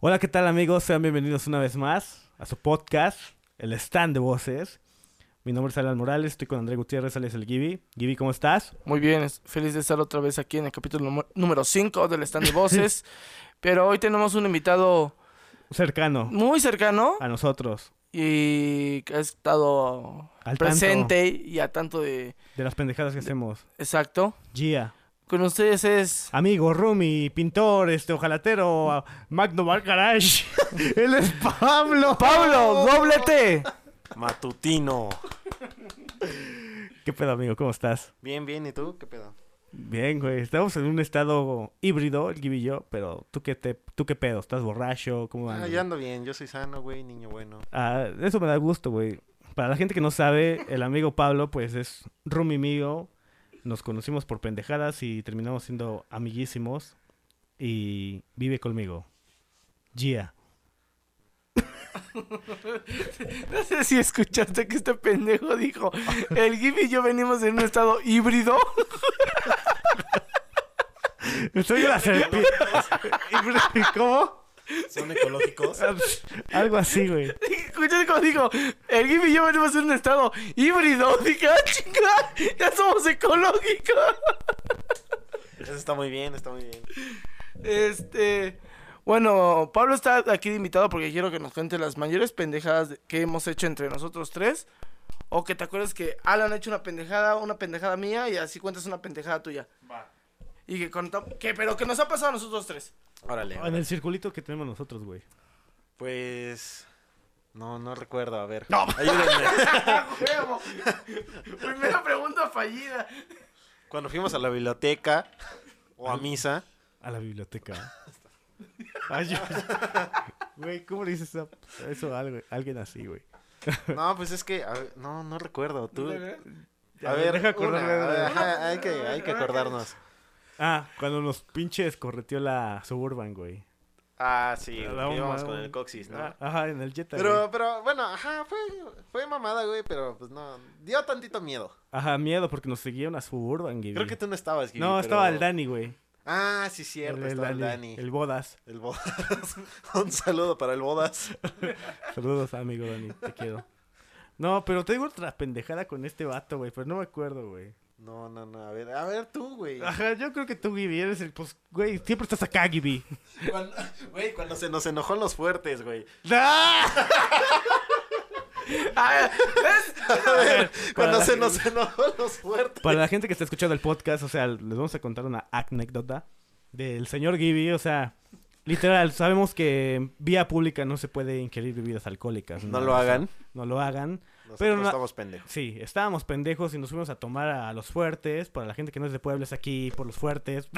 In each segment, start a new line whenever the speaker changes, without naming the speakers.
Hola, ¿qué tal amigos? Sean bienvenidos una vez más a su podcast, el stand de voces. Mi nombre es Alan Morales, estoy con André Gutiérrez, alias el Gibi. Gibi, ¿cómo estás?
Muy bien, es- feliz de estar otra vez aquí en el capítulo numo- número 5 del stand de voces. Pero hoy tenemos un invitado
Cercano
muy cercano
a nosotros,
y que ha estado
al
presente y a tanto de...
tanto de las pendejadas que hacemos.
Exacto.
Gia,
Con ustedes es...
amigo, Rumi, pintor, este ojalatero, a- Magno Bar Garage. Él es Pablo.
¡Pablo, doblete!
Matutino.
¿Qué pedo, amigo? ¿Cómo estás?
Bien, bien, ¿y tú? ¿Qué pedo?
Bien, güey. Estamos en un estado híbrido, el Gibi y yo, pero ¿tú qué, te, tú qué pedo? ¿Estás borracho? ¿Cómo
Ah,
andas?
yo ando bien, yo soy sano, güey, niño bueno.
Ah, eso me da gusto, güey. Para la gente que no sabe, el amigo Pablo, pues es roomie mío. Nos conocimos por pendejadas y terminamos siendo amiguísimos. Y vive conmigo. Gia.
No sé si escuchaste que este pendejo dijo, el Gib y yo venimos en un estado híbrido.
Soy una serpiente. ¿Cómo?
¿Son ecológicos?
Algo así, güey.
¿Escuchaste cómo dijo? El Gib y yo venimos en un estado híbrido. Dije, ah, chinga, ya somos ecológicos.
Eso está muy bien, está muy bien.
Este. Bueno, Pablo está aquí de invitado porque quiero que nos cuente las mayores pendejadas de- que hemos hecho entre nosotros tres. O que te acuerdes que Alan ha hecho una pendejada, una pendejada mía y así cuentas una pendejada tuya. Y que contamos. Que, pero que nos ha pasado a nosotros tres.
Órale.
En el circulito que tenemos nosotros, güey.
Pues. No, no recuerdo, a ver. No, ayúdenme.
¡Ah, huevo! Primera pregunta fallida.
Cuando fuimos a la biblioteca o a misa,
A la biblioteca. Ay, yo- Güey, ¿cómo le dices a- eso a algo- alguien así, güey?
no, pues es que, a ver, no, no recuerdo. Tú,
Ya,
a ver,
deja acordarme
una,
de una.
a ver, ajá, hay que, hay que acordarnos.
Ah, cuando nos pinches correteó la Suburban, güey.
Ah, sí,
La
que íbamos
mamada,
con
güey.
el coxis, ¿no?
Ah, Ajá, en el Jetta, güey.
Pero, pero, bueno, ajá, fue, fue mamada, güey, pero pues no, dio tantito miedo.
Ajá, miedo porque nos seguía una Suburban, güey.
Creo que tú no estabas, Gibi,
No, estaba
pero-
el Dani, güey.
Ah, sí, cierto, estaba el Dani.
El Bodas.
El Bodas. Un saludo para el Bodas.
Saludos, amigo Dani, te quiero. No, pero tengo otra pendejada con este vato, güey, pero no me acuerdo, güey.
No, no, no. A ver, a ver tú, güey.
Ajá, yo creo que tú, Gibby, eres el, pues, güey, siempre estás acá, Gibby.
Cuando- Güey, cuando se nos enojó en los fuertes, güey.
¡Ah!
A ver, ¿ves?
A ver, Ah, cuando
para-
se nos enojó en los fuertes.
Para la gente que está escuchando el podcast, o sea, les vamos a contar una anécdota del señor Gibby, o sea, literal, sabemos que en vía pública no se puede ingerir bebidas alcohólicas.
No lo hagan.
No lo hagan.
Nosotros
Pero no-
estamos pendejos.
Sí, estábamos pendejos y nos fuimos a tomar a los fuertes. Para la gente que no es de Puebla, es aquí por los fuertes.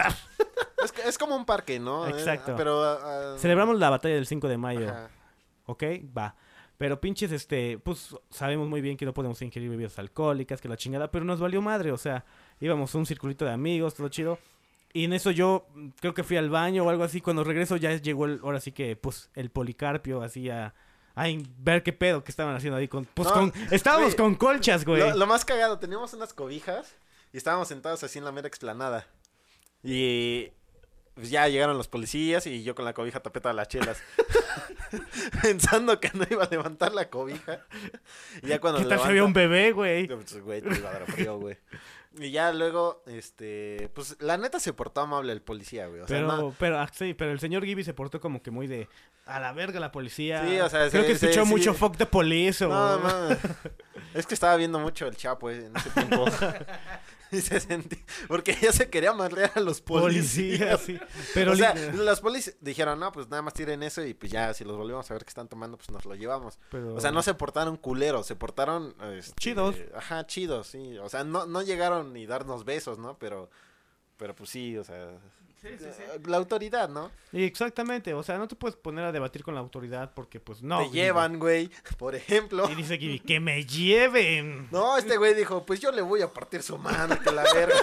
Es, que- es como un parque, ¿no? Eh,
Exacto.
Pero. ah, ah,
Celebramos la batalla del 5 de mayo.
ajá.
¿Ok? Va. Pero pinches, este, pues sabemos muy bien que no podemos ingerir bebidas alcohólicas, que la chingada, pero nos valió madre, o sea, íbamos a un circulito de amigos, todo chido. Y en eso yo mm, creo que fui al baño o algo así, cuando regreso ya llegó el, ahora sí que, pues, el policarpio así a, a in- ver qué pedo que estaban haciendo ahí con, pues,
No,
con, estábamos
güey.
con colchas, güey.
Lo, lo más cagado, teníamos unas cobijas y estábamos sentados así en la mera explanada. Y pues, ya llegaron los policías y yo con la cobija tapeta a las chelas. Pensando que no iba a levantar la cobija. Y ya cuando
¿Qué tal si había un bebé, güey?
Yo, pues, güey, te iba a dar frío, güey. Y ya luego, este, pues la neta se portó amable el policía, güey. O sea,
pero,
no-
pero, ah, sí, pero el señor Gibby se portó como que muy de a la verga la policía.
Sí, o sea,
creo
sí,
que
sí,
escuchó
sí.
mucho fuck the police o
no, no. Es que estaba viendo mucho el Chapo eh, en ese tiempo. y se sentí, porque ya se quería madrear a los
policía,
policías.
sí. Pero
o sea,
li-
los polis dijeron, no, pues nada más tiren eso y pues ya, si los volvemos a ver que están tomando, pues nos lo llevamos.
pero-
O sea, no se portaron culeros, se portaron... este,
Chidos.
Ajá, chidos, sí. O sea, no, no llegaron ni darnos besos, ¿no? Pero, pero pues sí, o sea...
Sí, sí, sí.
La autoridad, ¿no?
Y Exactamente, o sea, no te puedes poner a debatir con la autoridad porque pues no.
Te
Gibby.
llevan, güey, por ejemplo.
Y dice Gibby, que me lleven.
No, este güey dijo, pues yo le voy a partir su mano, que la verga.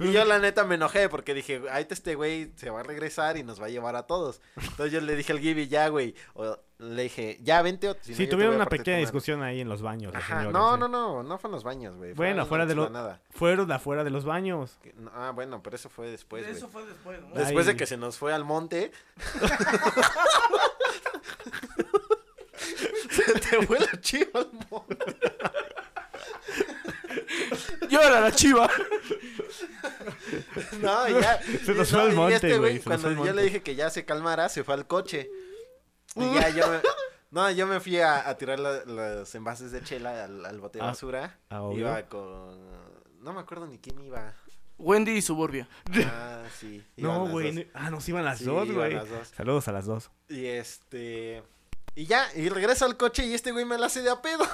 Y yo la neta me enojé porque dije, ahí este güey se va a regresar y nos va a llevar a todos. Entonces yo le dije al Gibby, ya, güey. o le dije, ya, vente. O, si no,
Sí,
yo te
tuvieron
voy a
una
partir tu
pequeña
madre".
discusión ahí en los baños. los
Ajá,
señores,
no,
¿eh?
no, no, no fue en los baños, güey. fue
Bueno,
en
fuera
la
de los...
explanada.
Fueron afuera de los baños.
Que- no, Ah, bueno, pero eso fue después, Pues, güey.
Eso fue después, ¿no?
Ay.
Después de que se nos fue al monte. se te fue la chiva al monte.
Llora la chiva.
No, ya.
Se nos
y-
fue
no,
al
y
monte,
este
güey, se nos
Cuando
fue al
yo le
monte.
dije que ya se calmara, se fue al coche. Y ya yo me. No, yo me fui a, a tirar la- los envases de chela al, al bote de
Ah,
basura.
ah, obvio.
iba con. No me acuerdo ni quién iba.
Wendy y Suburbia.
Ah, sí. iban
No,
las
güey.
dos.
no- Ah, nos iban las
Sí,
dos,
iban
güey.
las dos.
Saludos a las dos.
Y este. Y ya, y regreso al coche y este güey me la hace de a pedo.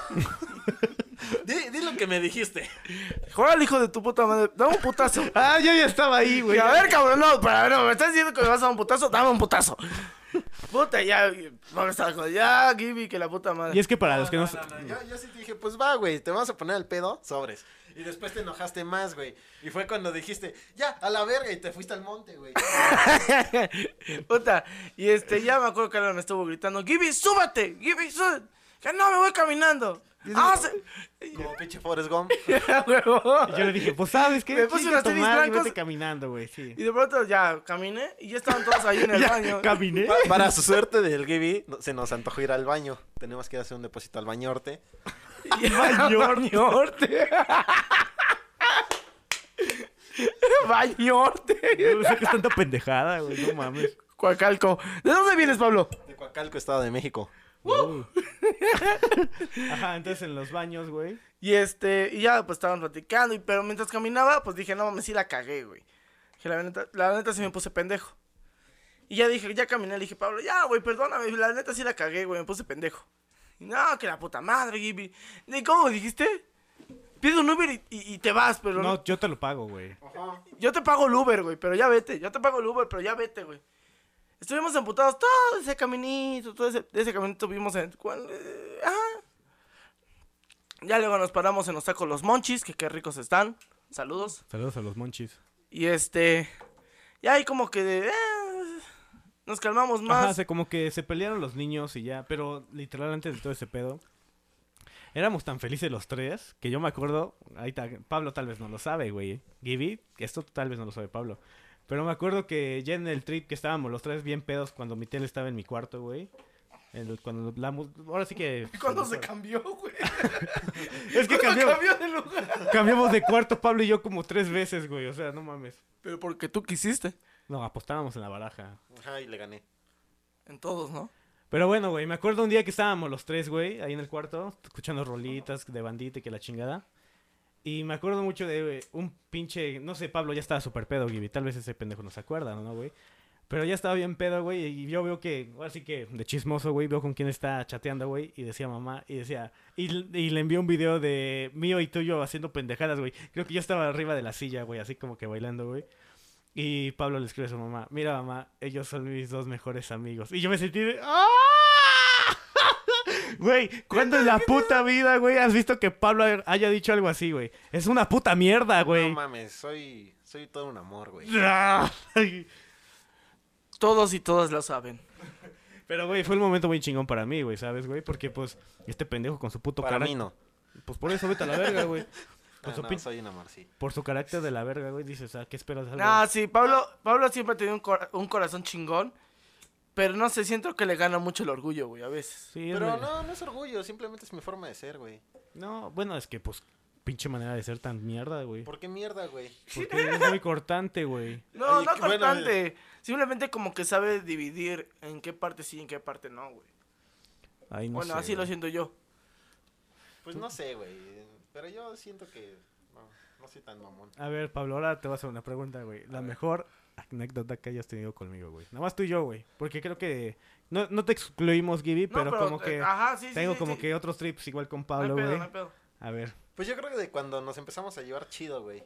di, di lo que me dijiste.
Joder, hijo de tu puta madre. Dame un putazo.
Ah, yo ya estaba ahí,
Y a ver, cabrón, no, para ver, no, me estás diciendo que me vas a dar un putazo, dame un putazo. Puta, ya, no me estás jodiendo. Ya, Gibby, que la puta madre.
Y es que para los que no...
Yo, yo sí te dije, pues va, güey, te vamos a poner al pedo, sobres. Y después te enojaste más, güey. Y fue cuando dijiste, ya, a la verga, y te fuiste al monte, güey.
Puta, y este, ya me acuerdo que Alan me estuvo gritando, Gibby, súbate, Gibby, súbate. Que no, me voy caminando. Ah, se-
Como pinche Forrest Gump.
Ya, huevo.
Yo le dije, pues, ¿sabes qué?
Me puse
Chinga
unos
tu
tenis
madre y
blancos.
vete caminando, güey, sí.
Y de pronto ya caminé y ya estaban todos ahí en el
Ya,
baño.
Caminé.
Pa- Para su suerte del Gibby, no- se nos antojó ir al baño. Tenemos que ir a hacer un depósito al bañorte.
Y- Bañorte. Bañorte.
No saques tanta pendejada, güey, no mames.
Coacalco. ¿De dónde vienes, Pablo?
De Coacalco, Estado de México.
Uh. Ajá, entonces en los baños, güey.
Y este, y ya pues estaban platicando, y, pero mientras caminaba, pues dije, no mames, sí la cagué, güey. Dije, la neta, la neta sí me puse pendejo. Y ya dije, ya caminé, le dije, Pablo, ya, güey, perdóname, la neta sí la cagué, güey, me puse pendejo. Y, no, que la puta madre, Gibi. ¿Y cómo dijiste? Pido un Uber y, y- y te vas, pero
No, yo te lo pago, güey.
yo te pago el Uber, güey, pero ya vete. Yo te pago el Uber, pero ya vete, güey. Estuvimos amputados todo ese caminito, todo ese, ese caminito vimos en... cuál, eh, ajá. Ya luego nos paramos en los tacos los monchis, que qué ricos están. Saludos.
Saludos a los monchis.
Y este... Ya ahí como que... eh, nos calmamos más.
Ajá, o sea, como que se pelearon los niños y ya, pero literal antes de todo ese pedo, éramos tan felices los tres que yo me acuerdo, ahí ta- Pablo tal vez no lo sabe, güey. Gibby, esto tal vez no lo sabe Pablo. Pero me acuerdo que ya en el trip que estábamos los tres bien pedos cuando mi tele estaba en mi cuarto, güey. El- cuando la mus- ahora sí que
Cuando se cambió, güey.
es que
Cuando
cambiamos,
cambió de lugar.
cambiamos de cuarto Pablo y yo como tres veces, güey, o sea, no mames.
Pero porque tú quisiste.
No, apostábamos en la baraja.
Ajá, y le gané.
En todos, ¿no?
Pero bueno, güey, me acuerdo un día que estábamos los tres, güey, ahí en el cuarto, escuchando rolitas de bandita y que la chingada. Y me acuerdo mucho de güey, un pinche, no sé, Pablo ya estaba súper pedo, Gibby, tal vez ese pendejo no se acuerda, ¿no, güey? Pero ya estaba bien pedo, güey, y yo veo que, así que de chismoso, güey, veo con quién está chateando, güey, y decía mamá, y decía, y, l- y le envió un video de mío y tuyo haciendo pendejadas, güey. Creo que yo estaba arriba de la silla, güey, así como que bailando, güey. Y Pablo le escribe a su mamá, mira mamá, ellos son mis dos mejores amigos. Y yo me sentí de... ¡Ah! Güey, ¿cuándo en la puta vida, güey, has visto que Pablo haya dicho algo así, güey? Es una puta mierda,
No
güey.
mames, soy, soy todo un amor, güey.
Ay.
Todos y todas lo saben.
Pero, güey, fue el momento muy chingón para mí, güey, ¿sabes, güey? Porque, pues, este pendejo con su puto
Para
cara-
mí no.
Pues por eso vete a la verga, güey. Por,
Ah,
su
no,
pin-
soy un amor, sí.
por su carácter de la verga, güey, dices, ah, ¿qué esperas? de algo?
Ah, sí, Pablo, Pablo siempre ha tenido un, cora- un corazón chingón, pero no sé, siento que le gana mucho el orgullo, güey, a veces.
Sí, es
Pero
medio-
no, no es orgullo, simplemente es mi forma de ser, güey.
No, bueno, es que, pues, pinche manera de ser tan mierda, güey.
¿Por qué mierda, güey?
Porque es muy cortante, güey.
No,
Oye,
no
qué bueno,
constante. Simplemente como que sabe dividir en qué parte sí y en qué parte no, güey.
Ay, no
bueno,
sé,
así lo
güey.
siento yo.
Pues no sé, güey. Pero yo siento que no, no soy tan mamón.
A ver, Pablo, ahora te voy a hacer una pregunta, güey. La mejor anécdota que hayas tenido conmigo, güey. Nada más tú y yo, güey. Porque creo que... No, no te excluimos, Gibby,
No,
pero, como
eh,
que...
ajá, sí, sí,
tengo
sí,
como
sí.
que otros trips igual con
No hay
Pablo,
pedo,
güey.
no hay pedo.
a ver.
Pues yo creo que de cuando nos empezamos a llevar chido, güey.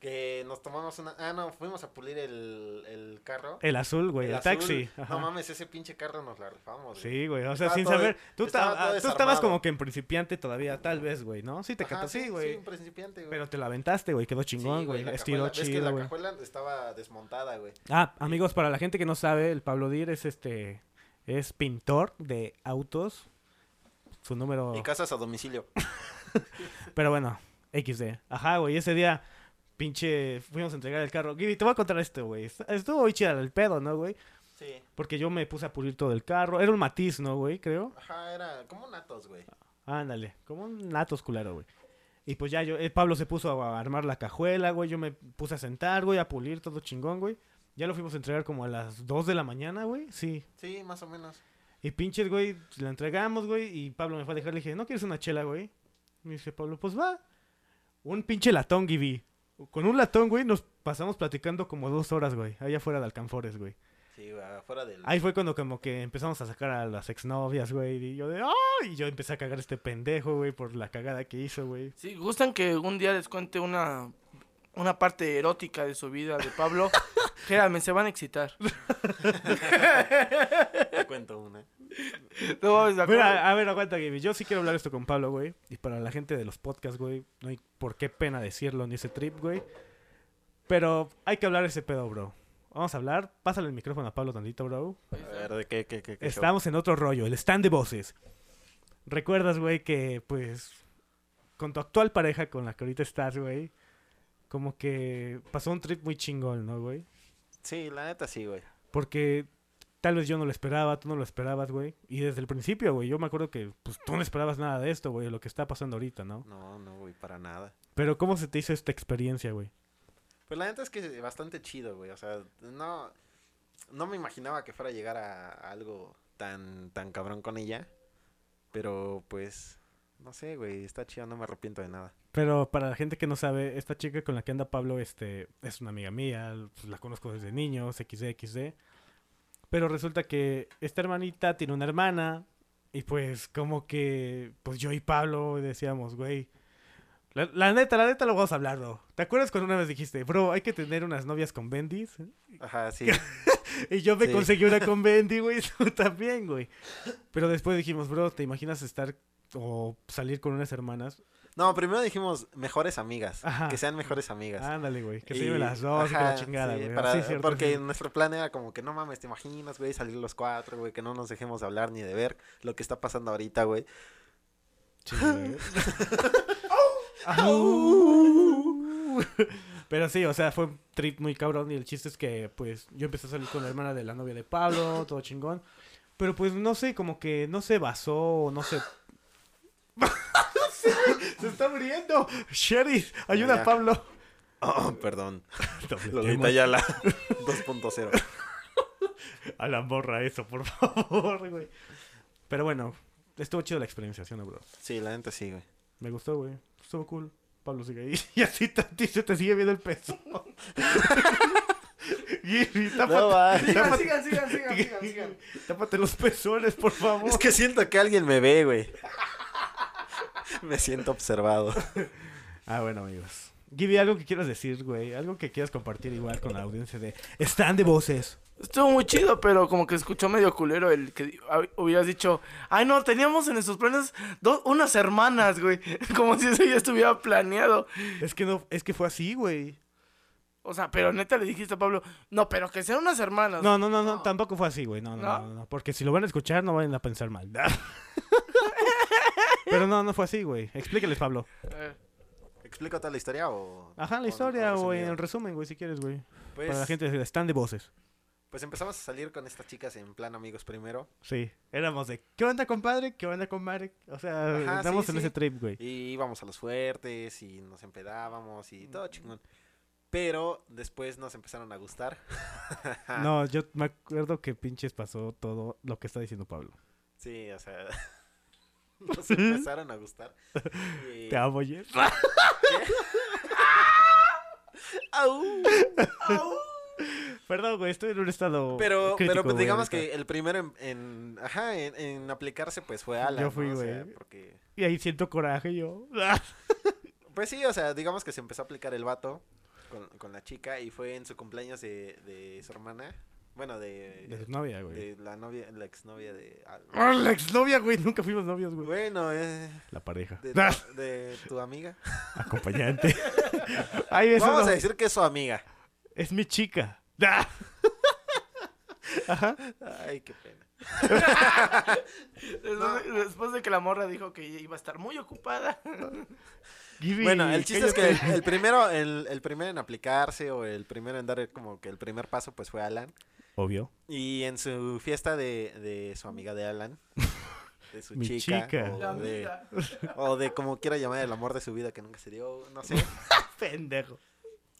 Que nos tomamos una. Ah, no, fuimos a pulir el, el carro.
El azul, güey, el,
azul.
taxi.
No
Ajá.
mames, ese pinche carro nos la rifamos. güey.
Sí, güey, o sea,
Estaba
sin
todo-
saber. Tú,
estaba
ta-
todo
tú estabas
desarmado.
como que en principiante todavía, tal vez, güey, ¿no? Sí, te
Ajá,
cata- sí,
Sí,
güey.
un principiante, güey.
Pero te la aventaste, güey, quedó
Sí,
chingón, güey.
la
Estiró
cajuela. Ves que
chido,
la
güey.
cajuela estaba desmontada, güey.
Ah, amigos, para la gente que no sabe, el Pablo Dir es este. Es pintor de autos. Su número.
Y casas a domicilio.
Pero bueno, XD. Ajá, güey, ese día, pinche, fuimos a entregar el carro. Gibi, te voy a contar esto, güey. Est- Estuvo muy chida el pedo, ¿no, güey?
Sí.
Porque yo me puse a pulir todo el carro. Era un matiz, ¿no, güey? Creo.
Ajá, era como natos, güey.
Ándale, como un natos culero, güey. Y pues ya yo, eh, Pablo se puso a armar la cajuela, güey. Yo me puse a sentar, güey, a pulir todo chingón, güey. Ya lo fuimos a entregar como a las 2 de la mañana, güey. Sí.
Sí, más o menos.
Y pinches, güey, la entregamos, güey. Y Pablo me fue a dejar, le dije, ¿no quieres una chela, güey? Me dice Pablo, pues va. Un pinche latón, Gibi. Con un latón, güey, nos pasamos platicando como dos horas, güey. Allá afuera de Alcanfores, güey.
Sí, güey, afuera del.
Ahí fue cuando como que empezamos a sacar a las exnovias, güey. Y yo de, ¡ay! Y yo empecé a cagar a este pendejo, güey, por la cagada que hizo, güey.
Si gustan que un día les cuente una, una parte erótica de su vida de Pablo, créanme, se van a excitar.
Te cuento una.
No mames, me acuerdo-
Mira, a ver, aguanta, Gibi. Yo sí quiero hablar esto con Pablo, güey. Y para la gente de los podcasts, güey, no hay por qué pena decirlo ni ese trip, güey. Pero hay que hablar ese pedo, bro. Vamos a hablar. Pásale el micrófono a Pablo tantito, bro.
A ver, ¿de qué, qué, qué, qué show?
Estamos en otro rollo, el stand de voces. ¿Recuerdas, güey, que pues con tu actual pareja con la que ahorita estás, güey? Como que pasó un trip muy chingón, ¿no, güey?
Sí, la neta sí, güey.
Porque tal vez yo no lo esperaba, tú no lo esperabas, güey. Y desde el principio, güey, yo me acuerdo que pues tú no esperabas nada de esto, güey, lo que está pasando ahorita, ¿no?
No, no, güey, para nada.
Pero ¿cómo se te hizo esta experiencia, güey?
Pues la neta es que bastante chido, güey. O sea, no, no me imaginaba que fuera a llegar a, a algo tan, tan cabrón con ella. Pero pues, no sé, güey, está chido, no me arrepiento de nada.
Pero para la gente que no sabe, esta chica con la que anda Pablo este, es una amiga mía, pues, la conozco desde niños, XD, XD. Pero resulta que esta hermanita tiene una hermana y pues como que pues yo y Pablo decíamos, güey, la, la neta, la neta lo vamos a hablar, bro. ¿Te acuerdas cuando una vez dijiste, bro, hay que tener unas novias con Bendis?
Ajá, sí.
Y yo me
Sí.
conseguí una con Bendy, güey, tú también, güey. Pero después dijimos, bro, ¿te imaginas estar o salir con unas hermanas?
No, primero dijimos mejores amigas.
Ajá.
Que sean mejores amigas.
Ándale, güey, que se
Y-
lleven las dos, y que
ajá,
la chingada,
sí,
güey.
para-
Sí, cierto,
porque
sí.
nuestro plan era como que no mames, te imaginas, güey, salir los cuatro, güey, que no nos dejemos de hablar ni de ver lo que está pasando ahorita, güey.
Sí, güey. Au. Pero sí, o sea, fue un trip muy cabrón y el chiste es que, pues, yo empecé a salir con la hermana de la novia de Pablo, todo chingón. Pero pues, no sé, como que no se basó, o no sé... ¡Se está muriendo! ¡Sherry, ayuda
Ya.
a Pablo!
Oh, perdón. Lolita
Lolita, ya-
ya la 2.0.
A la borra eso, por favor, güey. Pero bueno, estuvo chido la experiencia, ¿sí o no, bro?
Sí, la neta sí, güey.
Me gustó, güey. Estuvo cool. Pablo sigue ahí. Y así tantito se te sigue viendo el peso. Giri, tápate,
No, va.
Sigan, sigan, sigan, sigan, sigan, sigan.
tápate los pezones, por favor.
Es que siento que alguien me ve, güey. Me siento observado.
Ah, bueno, amigos. Gibi, algo que quieras decir, güey. Algo que quieras compartir igual con la audiencia de Están de Voces.
Estuvo muy chido, pero como que escuchó medio culero el que di- hab- hubieras dicho, ay no, teníamos en nuestros planes dos, unas hermanas, güey, como si eso ya estuviera planeado.
Es que no, es que fue así, güey.
O sea, pero neta le dijiste a Pablo, no, pero que sean unas hermanas.
No, no, no, no, tampoco fue así, güey. No, no,
¿No?
no, no, no. Porque si lo van a escuchar, no vayan a pensar mal. Pero no, no fue así, güey. Explícales, Pablo.
Eh,
¿Explico toda la historia o...?
Ajá,
o-
la
o
historia, güey.
resumido?
En resumen, güey, si quieres, güey.
Pues,
Para la gente de Están de Voces.
pues empezamos a salir con estas chicas en plan amigos primero.
Sí, éramos de, ¿qué onda, compadre? ¿Qué onda, compadre? O sea,
Ajá,
estamos
sí,
en
sí.
ese trip, güey.
Y íbamos a los fuertes y nos empedábamos y todo chingón. Pero después nos empezaron a gustar.
No, yo me acuerdo que pinches pasó todo lo que está diciendo Pablo.
Sí, o sea... Nos empezaron a gustar. Eh, Y-
Te amo, Jess.
Ah. ¡Au!
Perdón, güey, estoy en un estado
Pero,
crítico,
pero pues,
güey,
digamos
ahorita.
que el primero en, en- ajá, en, en aplicarse pues fue Alan.
Yo fui,
¿no? O sea,
güey.
porque...
Y ahí siento coraje yo. Ah.
Pues sí, o sea, digamos que se empezó a aplicar el vato. con, con la chica y fue en su cumpleaños de, de su hermana. Bueno, de,
De su novia, güey.
de la novia, la exnovia de... ah,
Ah, la exnovia, güey. Nunca fuimos novios, güey.
Bueno, eh,
La pareja.
de,
Ah,
tu- de tu amiga.
acompañante. Ay, eso
Vamos
no.
a decir que es su amiga.
Es mi chica. Ah. Ajá.
Ay, qué pena.
Después, de- después de que la morra dijo que iba a estar muy ocupada.
Gibby,
Bueno, el chiste es que
cállate.
el, el primero, el, el primero en aplicarse o el primero en dar como que el primer paso pues fue Alan.
Obvio.
Y en su fiesta de, de su amiga de Alan, de su
Mi
chica,
chica.
O,
La
de,
amiga.
o de como quiera llamar el amor de su vida que nunca se dio, no sé.
Pendejo.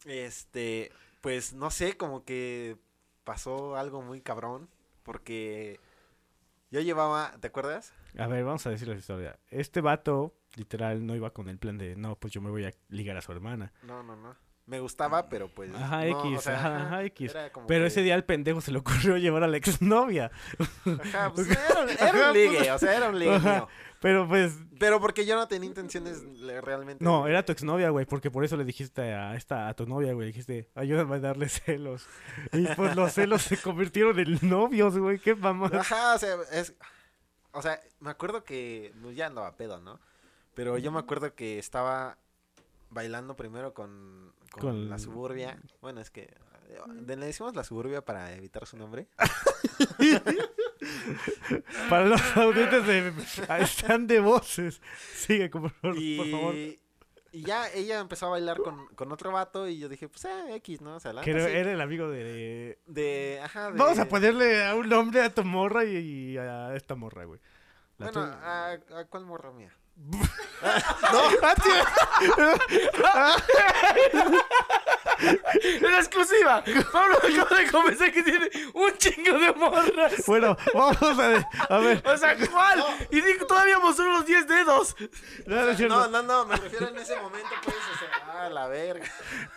Este, pues no sé, como que pasó algo muy cabrón porque yo llevaba, ¿te acuerdas?
A ver, vamos a decir la historia. Este vato, literal, no iba con el plan de, no, pues yo me voy a ligar a su hermana.
No, no, no. Me gustaba, pero pues
Ajá,
no,
X, ajá, ajá, X.
era como
Pero
que-
ese día al pendejo se le ocurrió llevar a la exnovia.
Ajá, pues era, un- era
Ajá,
un ligue,
pues-
o sea, era un ligue
Ajá.
mío.
Pero pues,
Pero porque yo no tenía intenciones le- realmente.
no, era tu exnovia, güey, porque por eso le dijiste a esta, a tu novia, güey, dijiste, ayúdame a darle celos. Y pues los celos se convirtieron en novios, güey, qué mamá.
Ajá, o sea, es... O sea, me acuerdo que... no, Ya andaba pedo, ¿no? Pero yo me acuerdo que estaba bailando primero con, con,
Con-
la suburbia. Bueno, es que... ¿Le decimos la suburbia para evitar su nombre?
Para los audientes de, están de voces. Sigue, por, favor,
y...
por favor.
Y ya ella empezó a bailar con, con otro vato y yo dije, pues, eh, X, ¿no? O sea, la
Que
neta, sí.
era el amigo de...
De... Ajá, de...
Vamos a ponerle a un nombre a tu morra y, y a esta morra, güey. La
Bueno,
tu-
¿a, a cuál morra mía?
Ah,
¡Es exclusiva! Pablo acaba de convencer que tiene un chingo de morras.
este
Bueno, vamos a ver. A ver.
O sea, ¿cuál? Y dijo, todavía mostró los 10 dedos.
No, no es cierto.
No, no, no, me refiero en ese momento, pues, o sea, ah, la verga.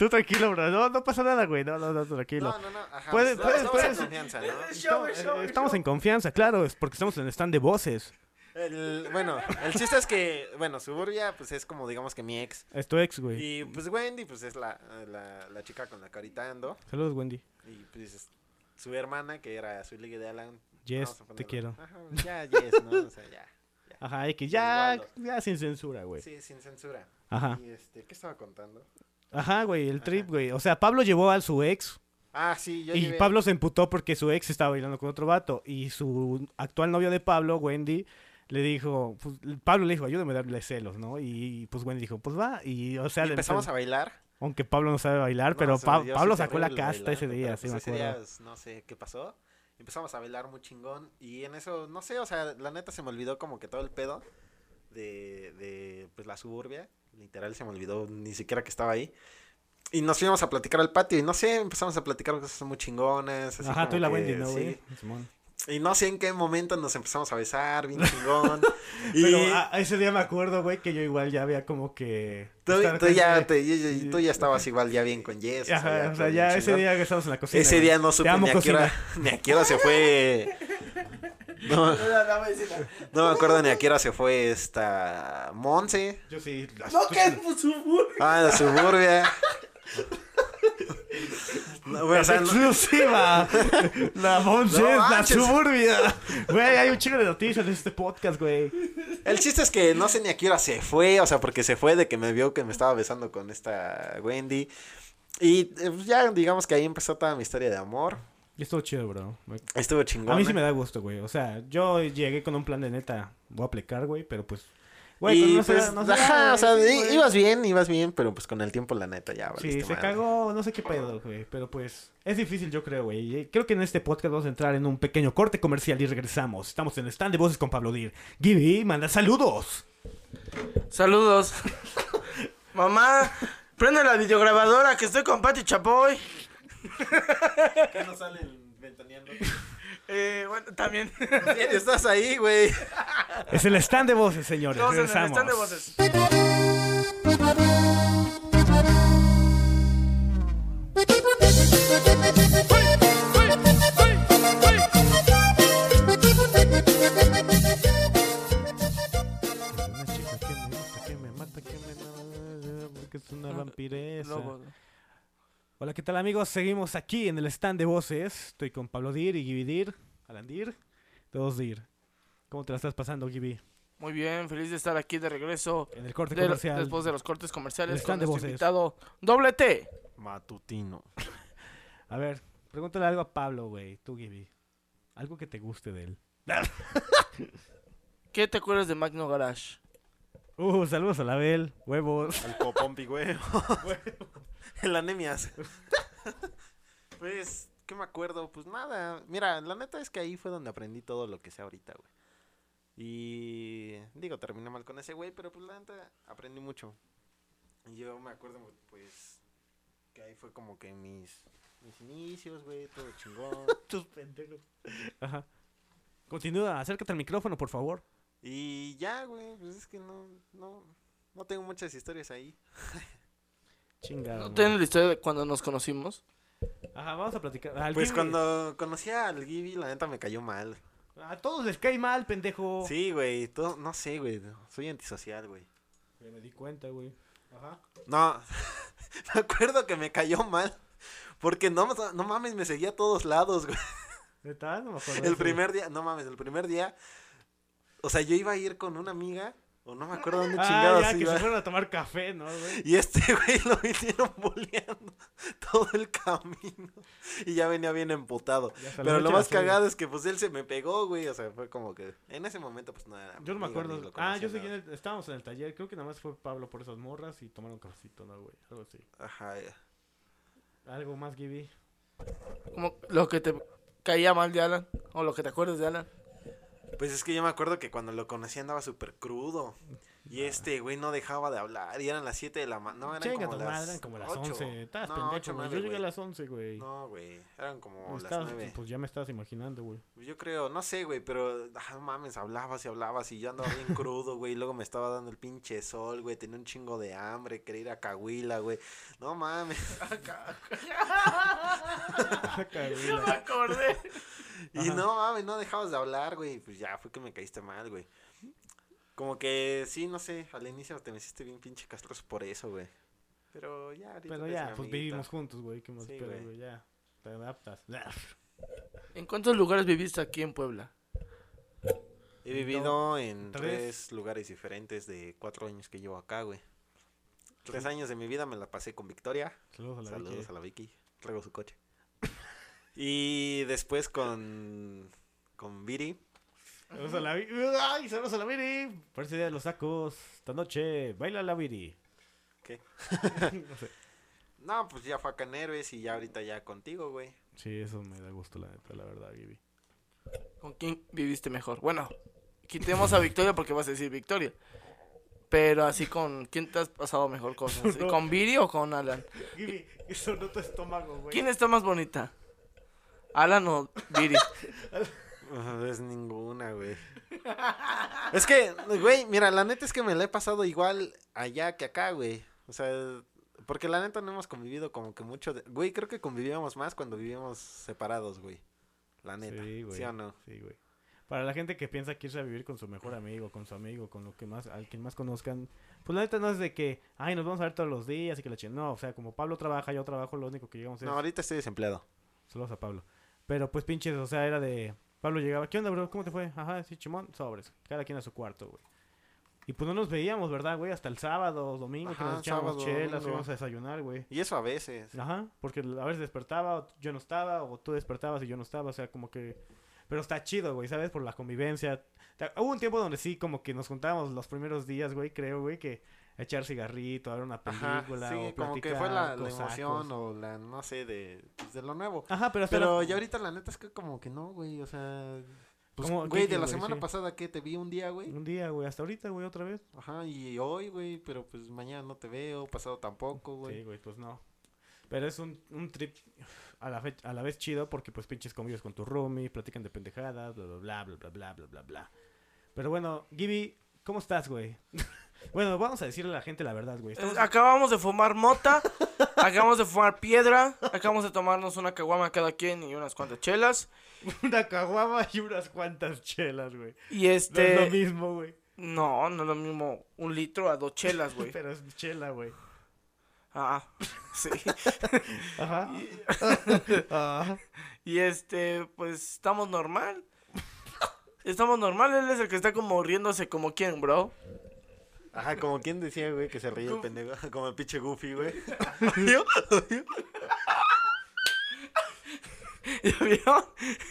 Tú tranquilo, bro. No, no pasa nada, güey. No, no, no, tranquilo.
No, no, no, ajá.
Puedes-
no,
puedes-
estamos
puedes-
en confianza, ¿no?
Show,
Eh,
show,
Estamos
show.
en confianza, claro, es porque estamos en el stand de voces.
El- bueno, el chiste es que, bueno, Suburbia, pues es como, digamos que mi ex.
Es tu ex, güey.
Y pues Wendy, pues es la, la, la chica con la que ahorita ando.
Saludos, Wendy.
Y pues es su hermana, que era su ligue de Alan.
Yes,
Vamos a
te
ponerlo.
quiero.
Ajá, ya, yes, ¿no? O sea, ya.
Ajá, X, ya,
Igual,
ya sin censura, güey.
Sí, sin censura.
Pues. Ajá.
Y este, ¿qué estaba contando?
Ajá, güey, el trip, güey. O sea, Pablo llevó a su ex
Ah, sí, yo
y
llevé-
Pablo se emputó porque su ex estaba bailando con otro vato. Y su actual novio de Pablo, Wendy, le dijo, pues, Pablo le dijo, ayúdame a darle celos, ¿no? Y pues Wendy dijo, pues va. Y o
y
sea, le
empezamos
empezó-
a bailar.
aunque Pablo no sabe bailar,
No,
pero
o sea,
Pa-
yo
Pablo
soy
sacó la
terrible
casta ese
bailando,
día,
pero,
sí
pues,
me
ese
acuerdo.
día, pues, no sé qué pasó. Empezamos a bailar muy chingón y en eso, no sé, o sea, la neta se me olvidó como que todo el pedo de, de pues, la suburbia. Literal se me olvidó ni siquiera que estaba ahí. Y nos fuimos a platicar al patio y no sé, empezamos a platicar cosas muy chingones. así
Ajá, tú y
como
la
que,
Wendy, ¿no,
sí.
güey? Simón.
Y no sé en qué momento nos empezamos a besar, bien chingón. y
Pero ah, ese día me acuerdo, güey, que yo igual ya había como que...
tú,
estar
tú
con-
ya, te- y- y- tú ya estabas igual ya bien con Jess.
Ajá, o sea,
todo
ya
bien
ese
chingón.
día que estábamos en la cocina.
Ese
güey.
día no
Te
supe
amo,
ni a, qué hora,
cocina.
ni a qué hora se fue. No,
No, no, no, vecina.
no me acuerdo ni a qué hora se fue esta Monse.
Yo sí.
No, que es su
Ah, la suburbia. No, güey, o sea, no-
exclusiva. la Monse
No
es la
manches.
suburbia. Güey, hay un chingo de noticias en este podcast, güey.
el chiste es que no sé ni a qué hora se fue. O sea, porque se fue de que me vio que me estaba besando con esta Wendy. Y eh, pues, ya digamos que ahí empezó toda mi historia de amor.
Y estuvo chido, bro.
Estuvo chingón.
A mí sí me da gusto, güey. O sea, yo llegué con un plan de neta. Voy a aplicar, güey, pero pues. Güey,
y
pero no se-
pues,
no se-
ajá,
ah,
o sea,
sí,
i-
güey.
ibas bien, ibas bien, pero pues con el tiempo, la neta, ya
Sí,
valiste
se
madre.
cagó, no sé qué pedo, güey. Pero pues, es difícil, yo creo, güey. Y Creo que en este podcast vamos a entrar en un pequeño corte comercial y regresamos. Estamos en el stand de voces con Pablo Dir. Gibby, manda saludos.
Saludos. Mamá, prende la videograbadora que estoy con Pati Chapoy.
que no salen ventaneando.
Eh, bueno, también.
Estás ahí, güey.
Es el stand de voces, señores.
Todos en el
Regresamos.
stand de voces.
Una chica que me gusta, que me mata, que me enamora, porque es una vampiresa. Hola, ¿qué tal amigos? Seguimos aquí en el stand de voces. Estoy con Pablo Dir y Gibi Dir, Alan Dir, todos Dir. ¿Cómo te la estás pasando, Gibi?
Muy bien, feliz de estar aquí de regreso.
En el corte
de-
comercial.
después de los cortes comerciales
El
con
stand de
nuestro
voces.
invitado Doble T.
Matutino.
A ver, pregúntale algo a Pablo, güey. Tú, Gibi. Algo que te guste de él.
¿Qué te acuerdas de Magno Garage?
Uh, saludos a la Bel. Huevos.
El popompi, güey. el anemias. pues, ¿qué me acuerdo? Pues nada. Mira, la neta es que ahí fue donde aprendí todo lo que sé ahorita, güey. Y digo, terminé mal con ese güey, pero pues la neta aprendí mucho. Y yo me acuerdo, pues, que ahí fue como que mis, mis inicios, güey, todo chingón.
Tus pendejos. Ajá. Continúa, acércate al micrófono, por favor.
Y ya, güey, pues es que no, no, no tengo muchas historias ahí.
Chingado.
¿No
madre.
tienes la historia de cuando nos conocimos?
Ajá, vamos a platicar. Al
Pues
Gibi-
cuando conocí al Gibby, la neta me cayó mal.
A todos les cae mal, pendejo.
Sí, güey, todo- no sé, güey, soy antisocial, güey.
Ya me di cuenta, güey. Ajá.
No, me acuerdo que me cayó mal. Porque no, no mames, me seguía a todos lados, güey.
¿De tal? No me acuerdo. de
El
eso, güey.
primer día, no mames, el primer día. O sea, yo iba a ir con una amiga, o no me acuerdo dónde
Ah,
chingados
ya, que
iba.
se fueron a tomar café, ¿no, güey?
Y este güey lo vinieron boleando todo el camino. Y ya venía bien emputado.
Y hasta la
Pero lo
fecha
más
la sigo.
cagado es que pues él se me pegó, güey. O sea, fue como que. En ese momento, pues nada.
Yo no me acuerdo. Ah, yo seguí en
el...
el... Estábamos en el taller. Creo que nada más fue Pablo por esas morras y tomaron cafecito, ¿no, güey? Algo así.
Ajá. ya.
Algo más, Gibi.
Como lo que te caía mal de Alan o lo que te acuerdas de Alan.
Pues es que yo me acuerdo que cuando lo conocí andaba súper crudo. Y este güey no dejaba de hablar. Y eran las 7 de la mañana. No, eran
Ah. Chinga
como
tu
las,
madre, eran como las
ocho.
11. Estabas
No, ocho,
pendejo, güey.
nueve,
Yo llegué a
güey.
las 11, güey.
No, güey. Eran como
Estabas-
las 9.
Pues ya me estabas imaginando, güey.
Yo creo, no sé, güey, pero ah, no mames, hablabas y hablabas y yo andaba bien crudo, güey. y Luego me estaba dando el pinche sol, güey. Tenía un chingo de hambre, quería ir a Cahuila, güey. No mames.
Ah,
Yo me acordé.
Y no mames, no dejabas de hablar, güey. Pues ya fue que me caíste mal, güey. Como que sí, no sé, al inicio te me hiciste bien pinche castroso por eso, güey. Pero ya, ahorita
Pero
eres
ya,
mi
pues
amiguita.
vivimos juntos, güey. ¿Qué más
Sí,
esperas,
güey.
güey? Ya. Te adaptas.
¿En cuántos lugares viviste aquí en Puebla?
He vivido en
Tres.
tres lugares diferentes de cuatro años que llevo acá, güey. Tres años de mi vida me la pasé con Victoria.
Saludos a la
Saludos
Vicky.
a la Vicky. Traigo su coche. y después con. Con Viri.
Saludos a la Viri. ¡Ay, saludos a la Viri! Por ese día de los sacos. Esta noche, baila la Viri.
¿Qué?
No sé.
No, pues ya fue acá en Héroes y ya ahorita ya contigo, güey.
Sí, eso me da gusto, la neta, la verdad, Gibi.
¿Con quién viviste mejor? Bueno, quitemos a Victoria porque vas a decir Victoria. Pero así con... ¿Quién te has pasado mejor cosas?
No.
¿Con Viri o con Alan?
Gibi, eso no tu estómago, güey.
¿Quién está más bonita? ¿Alan o Viri?
No es ninguna, güey. es que, güey, mira, la neta es que me la he pasado igual allá que acá, güey. O sea, porque la neta no hemos convivido como que mucho. de- Güey, creo que convivíamos más cuando vivíamos separados, güey. La neta.
Sí, güey.
¿Sí o no?
Sí, güey. Para la gente que piensa que irse a vivir con su mejor amigo, con su amigo, con lo que más, al quien más conozcan, pues la neta no es de que, ay, nos vamos a ver todos los días y que la chingada. No, o sea, como Pablo trabaja, yo trabajo, lo único que llegamos es
No, ahorita estoy desempleado.
saludos a Pablo. Pero pues pinches, o sea, era de, Pablo llegaba, ¿qué onda, bro? ¿Cómo te fue? Ajá, sí, chimón, sobres. Cada quien a su cuarto, güey. Y pues no nos veíamos, ¿verdad, güey? Hasta el sábado, domingo, que
Ajá,
nos echábamos
sábado,
chelas,
domingo.
íbamos a desayunar, güey.
Y eso a veces.
Ajá, porque a veces despertaba, o yo no estaba, o tú despertabas y yo no estaba, o sea, como que... Pero está chido, güey, ¿sabes? Por la convivencia. Ta- Hubo un tiempo donde sí, como que nos juntábamos los primeros días, güey, creo, güey, que a echar cigarrito, a ver una película,
Ajá, sí,
o
como que
platicar
fue la, la
cosacos.
emoción o la, no sé, de, pues, de lo nuevo.
Ajá, pero hasta
Pero
la-
ya ahorita la neta es que como que no, güey, o sea... Pues,
Como-
güey,
¿qué- qué,
de la
güey?
semana
Sí.
pasada que te vi un día, güey.
Un día, güey, hasta ahorita, güey, otra vez.
Ajá, y hoy, güey, pero pues mañana no te veo, pasado tampoco,
Sí,
güey.
güey, pues no. Pero es un, un trip a la, fe- a la vez chido porque pues pinches convives con tu roomie, platican de pendejadas, bla, bla, bla, bla, bla, bla, bla, bla, bla. Pero bueno, Gibby, ¿cómo estás, güey? bueno, vamos a decirle a la gente la verdad, güey. Estamos-
Acabamos de fumar mota, acabamos de fumar piedra, acabamos de tomarnos una caguama cada quien y unas cuantas chelas.
una caguama y unas cuantas chelas, güey.
Y
No es lo
este...
mismo, güey.
No, no es lo mismo un litro a dos chelas, güey.
Pero es chela, güey.
Ah, sí.
Ajá. Ah. Ajá.
Y este, pues estamos normal. Estamos normal, él es el que está como riéndose como quien, bro.
Ajá, como quien decía, güey, que se reía el pendejo. Como el pinche Goofy, güey.
¿Ya vieron?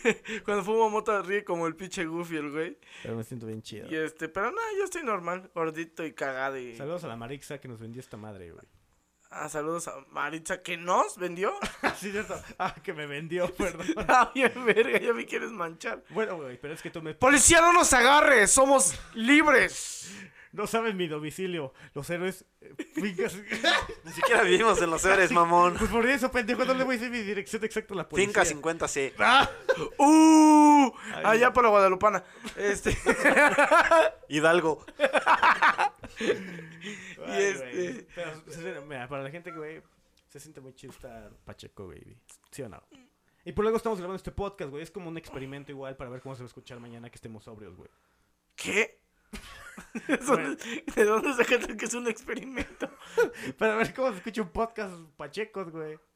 Cuando fumo mota ríe como el pinche Goofy, el güey.
Pero me siento bien chido.
Y este, pero nada, yo estoy normal, gordito y cagado y...
Saludos a la Marixa que nos vendió esta madre, güey.
Ah, saludos a Maritza, que nos vendió.
Sí, cierto. Ah, que me vendió, perdón.
Ah, bien, verga, ya me quieres manchar.
Bueno, güey, pero es que tú me...
Policía, no nos agarre, somos libres.
No sabes mi domicilio. Los héroes... eh, Fincas...
Ni siquiera vivimos en los héroes, mamón.
pues por eso, pendejo, no le voy a decir mi dirección exacta a la policía. Ah,
Finca 50C.
Uh,
Ay,
allá por la Guadalupana. Este,
Hidalgo.
Ay,
Y
güey.
este-
Pero, se siente- mira, para la gente que, güey, se siente muy chido estar Pacheco, baby. ¿Sí o no? Y por luego estamos grabando este podcast, güey. Es como un experimento igual para ver cómo se va a escuchar mañana que estemos sobrios, güey.
¿qué? Eso- ¿De dónde sacaste que es un experimento?
Para ver cómo se escucha un podcast Pachecos, güey.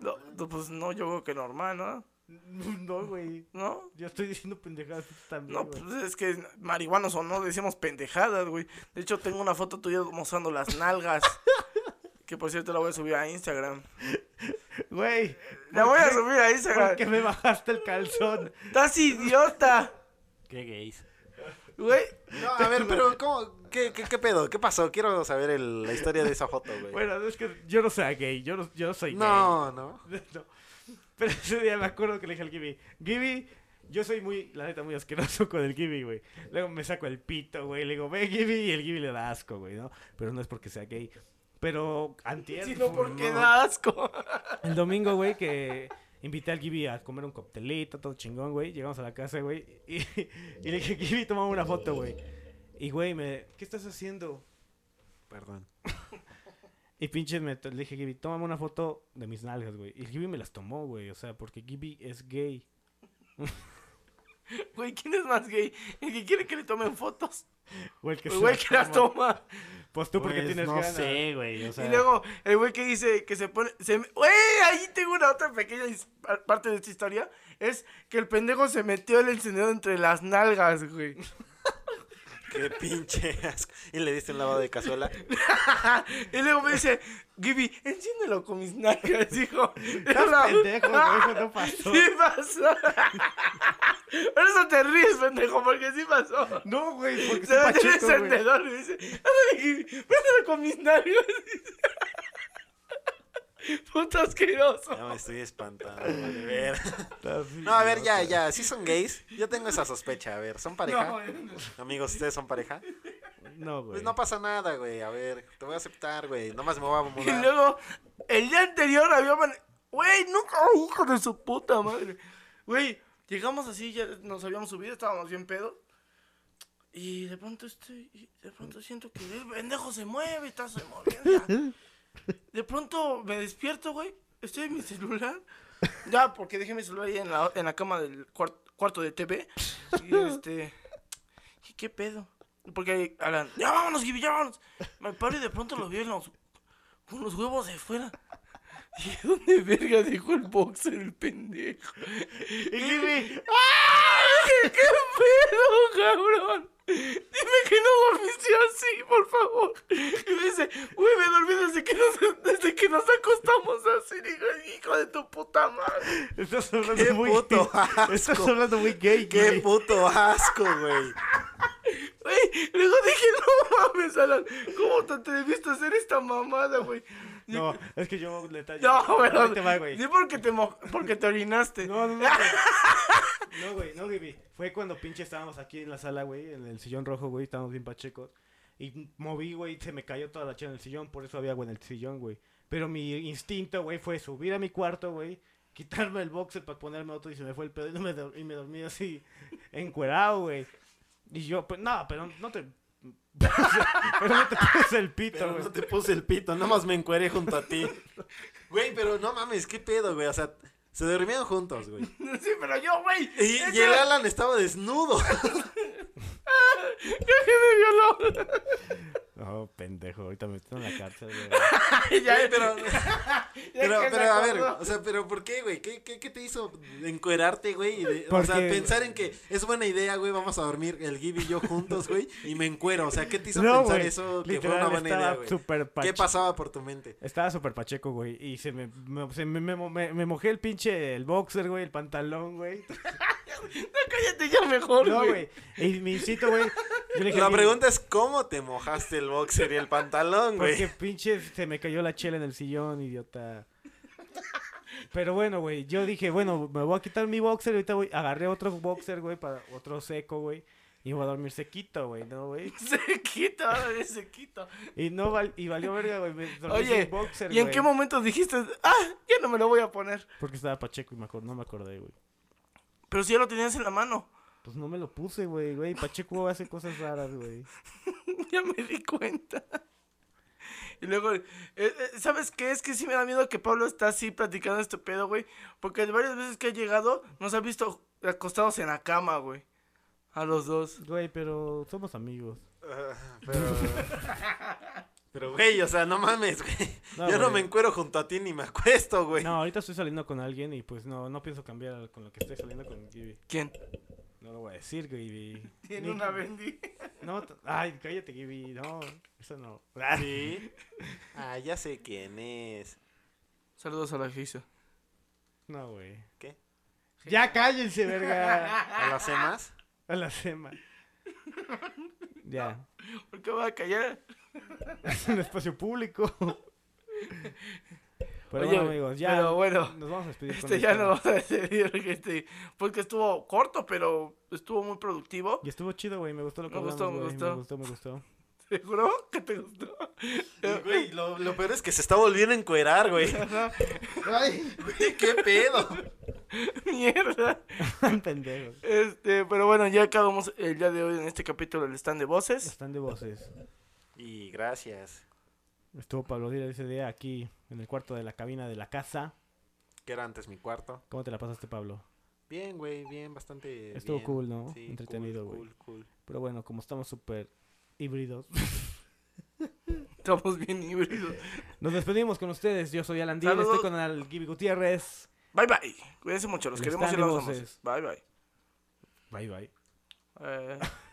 No, no, pues no, yo creo que normal, ¿no?
No, güey.
¿No?
Yo estoy diciendo pendejadas también,
No,
güey.
pues es que marihuanos o no decíamos pendejadas, güey. De hecho, tengo una foto tuya mostrando las nalgas. Que por cierto la voy a subir a Instagram.
Güey.
La
¿por
voy a
qué-
subir a
¿Por
Instagram.
qué me bajaste el calzón?
¡Estás idiota!
Qué gays.
Güey.
No, a ver, pero ¿cómo? ¿Qué, qué, qué pedo? ¿Qué pasó? Quiero saber el- la historia de esa foto, güey.
Bueno, es que yo no soy gay. Yo no, yo no soy gay.
no, no.
No. Pero ese día me acuerdo que le dije al Gibby, Gibby, yo soy muy, la neta, muy asqueroso con el Gibby, güey. Luego me saco el pito, güey, le digo, ve Gibby, y el Gibby le da asco, güey, ¿no? Pero no es porque sea gay. Pero antier,
Sino
güey,
porque
no.
da asco.
el domingo, güey, que invité al Gibby a comer un coctelito, todo chingón, güey. Llegamos a la casa, güey, y, y le dije, Gibby, tomamos una foto, güey. Y, güey, me, ¿qué estás haciendo?
Perdón.
Y pinches, me to- le dije, Gibby, tómame una foto de mis nalgas, güey. Y el Gibby me las tomó, güey. O sea, porque Gibby es gay.
Güey, ¿quién es más gay? El que quiere que le tomen fotos.
O el que,
El
se
Pues, güey
las
que las
toma.
toma.
Pues tú porque
Pues,
tienes
no
ganas.
sé, güey. O sea,
Y luego, el güey que dice que se pone. Se, me- ¡Güey! Ahí tengo una otra pequeña his- par- parte de esta historia. Es que el pendejo se metió el encendedor entre las nalgas, güey.
qué pinche asco. Y le diste un lavado de cazuela.
y luego me dice, Gibby, enciéndelo con mis nalgas, hijo. Yo la-
Pendejo, güey, eso no pasó.
Sí pasó. Por eso te ríes, pendejo, porque sí pasó.
No, güey, porque
Se
soy
metió el
Pacheco, güey.
encendedor y dice, ándale, Gibby, préndelo con mis nalgas. Puto asqueroso.
No, me estoy espantando. vale, ver.
Así,
No, a ver, ya, ya. ¿Sí son gays? Yo tengo esa sospecha. A ver, ¿son pareja?
Ah,
Amigos, ¿ustedes son pareja?
No, güey.
Pues no pasa nada, güey. A ver, te voy a aceptar, güey. Nomás me voy a
Y
mudar.
luego, el día anterior había mane- Güey, nunca, oh, hijo de su puta madre. Güey, llegamos así, ya nos habíamos subido, estábamos bien pedos. Y de pronto estoy, y de pronto siento que el pendejo se mueve, está se moviendo. De pronto me despierto, güey. Estoy en mi celular. Ya, porque dejé mi celular ahí en la, en la cama del cuar- cuarto de TV. Y este. ¿Qué, qué pedo? Porque Alan, ya vámonos, Gibi, ya vámonos. Me paro y de pronto lo vi en los- con los huevos de fuera. ¿Y dónde verga dejó el boxer el pendejo? Y Gibi, ¡ah! Dije, ¿Qué pedo, cabrón? Dime que no dormiste así, por favor. Y me dice, güey, me dormí desde que nos, desde que nos acostamos así. Digo, hijo de tu puta madre.
Estás hablando
Qué
muy
puto
Estás
asco.
hablando muy gay,
Qué
güey.
puto asco, güey.
Güey, luego dije, no mames, Alan, ¿cómo te atreviste a hacer esta mamada, güey? Y-
No, es que yo le tallo.
No, pero.
Ahí te va, güey.
Sí, porque te, mo- porque te orinaste.
No, no, no. güey. No, güey, no, Gibi. Fue cuando pinche estábamos aquí en la sala, güey, en el sillón rojo, güey, estábamos bien pachecos. Y moví, güey, se me cayó toda la chela en el sillón, por eso había agua en el sillón, güey. Pero mi instinto, güey, fue subir a mi cuarto, güey, quitarme el boxer para ponerme otro y se me fue el pedo y, no me, dor- y me dormí así, encuerado, güey. Y yo, pues, no, pero no te... pero no te puse el pito,
Pero
güey.
no te puse el pito, nada más me encueré junto a ti. Güey, pero no mames, qué pedo, güey. O sea, se dormían juntos, güey.
Sí, pero yo, güey.
Y,
ese-
y el Alan estaba desnudo.
Yo que me violó.
Oh, pendejo, ahorita me meto en la cárcel. güey.
ya,
Güey, pero, pero,
que se
pero, a ver,
acordó.
o sea, pero ¿por qué, güey? ¿Qué, qué, qué te hizo encuerarte, güey? Y de- O
Porque-
sea, pensar en que es buena idea, güey, vamos a dormir el Gib y yo juntos, güey, y me encuero. O sea, ¿qué te hizo
No,
pensar
güey,
eso que fue
literal,
una buena idea,
estaba
güey?
súper
¿Qué
pache-
pasaba por tu mente?
Estaba súper pacheco, güey. Y se me, me, se me, me- me- me mojé el pinche el boxer, güey, el pantalón, güey.
Cállate ya mejor,
No,
güey.
güey. Y mi incito, güey. Yo le dije,
La
"Mira,
pregunta es cómo te mojaste el boxer y el pantalón, güey.
Porque pinche se me cayó la chela en el sillón, idiota. Pero bueno, güey, yo dije, bueno, me voy a quitar mi boxer y ahorita voy, agarré otro boxer, güey, para otro seco, güey. Y voy a dormir sequito, güey, ¿no, güey?
Se quita, güey, se quita.
Y no val- y valió verga, güey. me dormí
Oye,
sin boxer,
¿Y en
güey,
qué momento dijiste, ah, ya no me lo voy a poner?
Porque estaba Pacheco y me acor- no me acordé, güey.
Pero si ya lo tenías en la mano.
Pues no me lo puse, güey, güey. Pacheco hace cosas raras, güey.
ya me di cuenta. Y luego, eh, eh, ¿sabes qué? Es que sí me da miedo que Pablo está así platicando este pedo, güey. Porque varias veces que ha llegado, nos ha visto acostados en la cama, güey. A los dos.
Güey, pero somos amigos.
Ah, Pero, pero, güey, o sea, no mames, güey.
No,
yo no
güey.
me encuero junto a ti ni me acuesto, güey.
No, ahorita estoy saliendo con alguien y pues no, no pienso cambiar con lo que estoy saliendo con Gibby.
¿Quién?
No lo voy a decir, Gibby.
Tiene
Ni-
una bendy.
No, t- ay, cállate, Gibby, no, eso no.
Sí. Ah, ya sé quién es.
Saludos a la Giza.
No, güey.
¿Qué?
Ya cállense, verga.
¿A las demás?
A la sema. Ya.
¿Por qué va a callar?
Es un espacio público. Pero
Oye,
bueno, amigos, ya.
pero bueno,
Nos vamos a despedir. con
Este ya
esto.
no vamos a decidir que este, porque estuvo corto, pero estuvo muy productivo.
Y estuvo chido, güey. Me gustó lo que
Me gustó,
hablamos,
me
güey,
gustó.
Me gustó, me gustó.
¿Seguro que te gustó?
Y, güey, lo, lo peor es que se está volviendo a encuerar, güey. Ay, güey, qué pedo.
Mierda.
Pendejos.
Este, pero bueno, ya acabamos el día de hoy en este capítulo del stand de voces.
Están de voces.
Y gracias.
Estuvo Pablo Díaz ese día aquí en el cuarto de la cabina de la casa.
Que era antes mi cuarto.
¿Cómo te la pasaste, Pablo?
Bien, güey, bien, bastante.
Estuvo
bien.
cool, ¿no?
Sí,
Entretenido,
cool,
güey.
Cool, cool.
Pero bueno, como estamos súper híbridos,
Estamos bien híbridos.
Nos despedimos con ustedes. Yo soy Alan Díaz,
Saludos.
estoy con Al Gibi Gutiérrez.
Bye bye. Cuídense mucho, los
El
queremos y
stand de
los amamos.
voces.
Bye
Bye
bye.
bye.
Eh,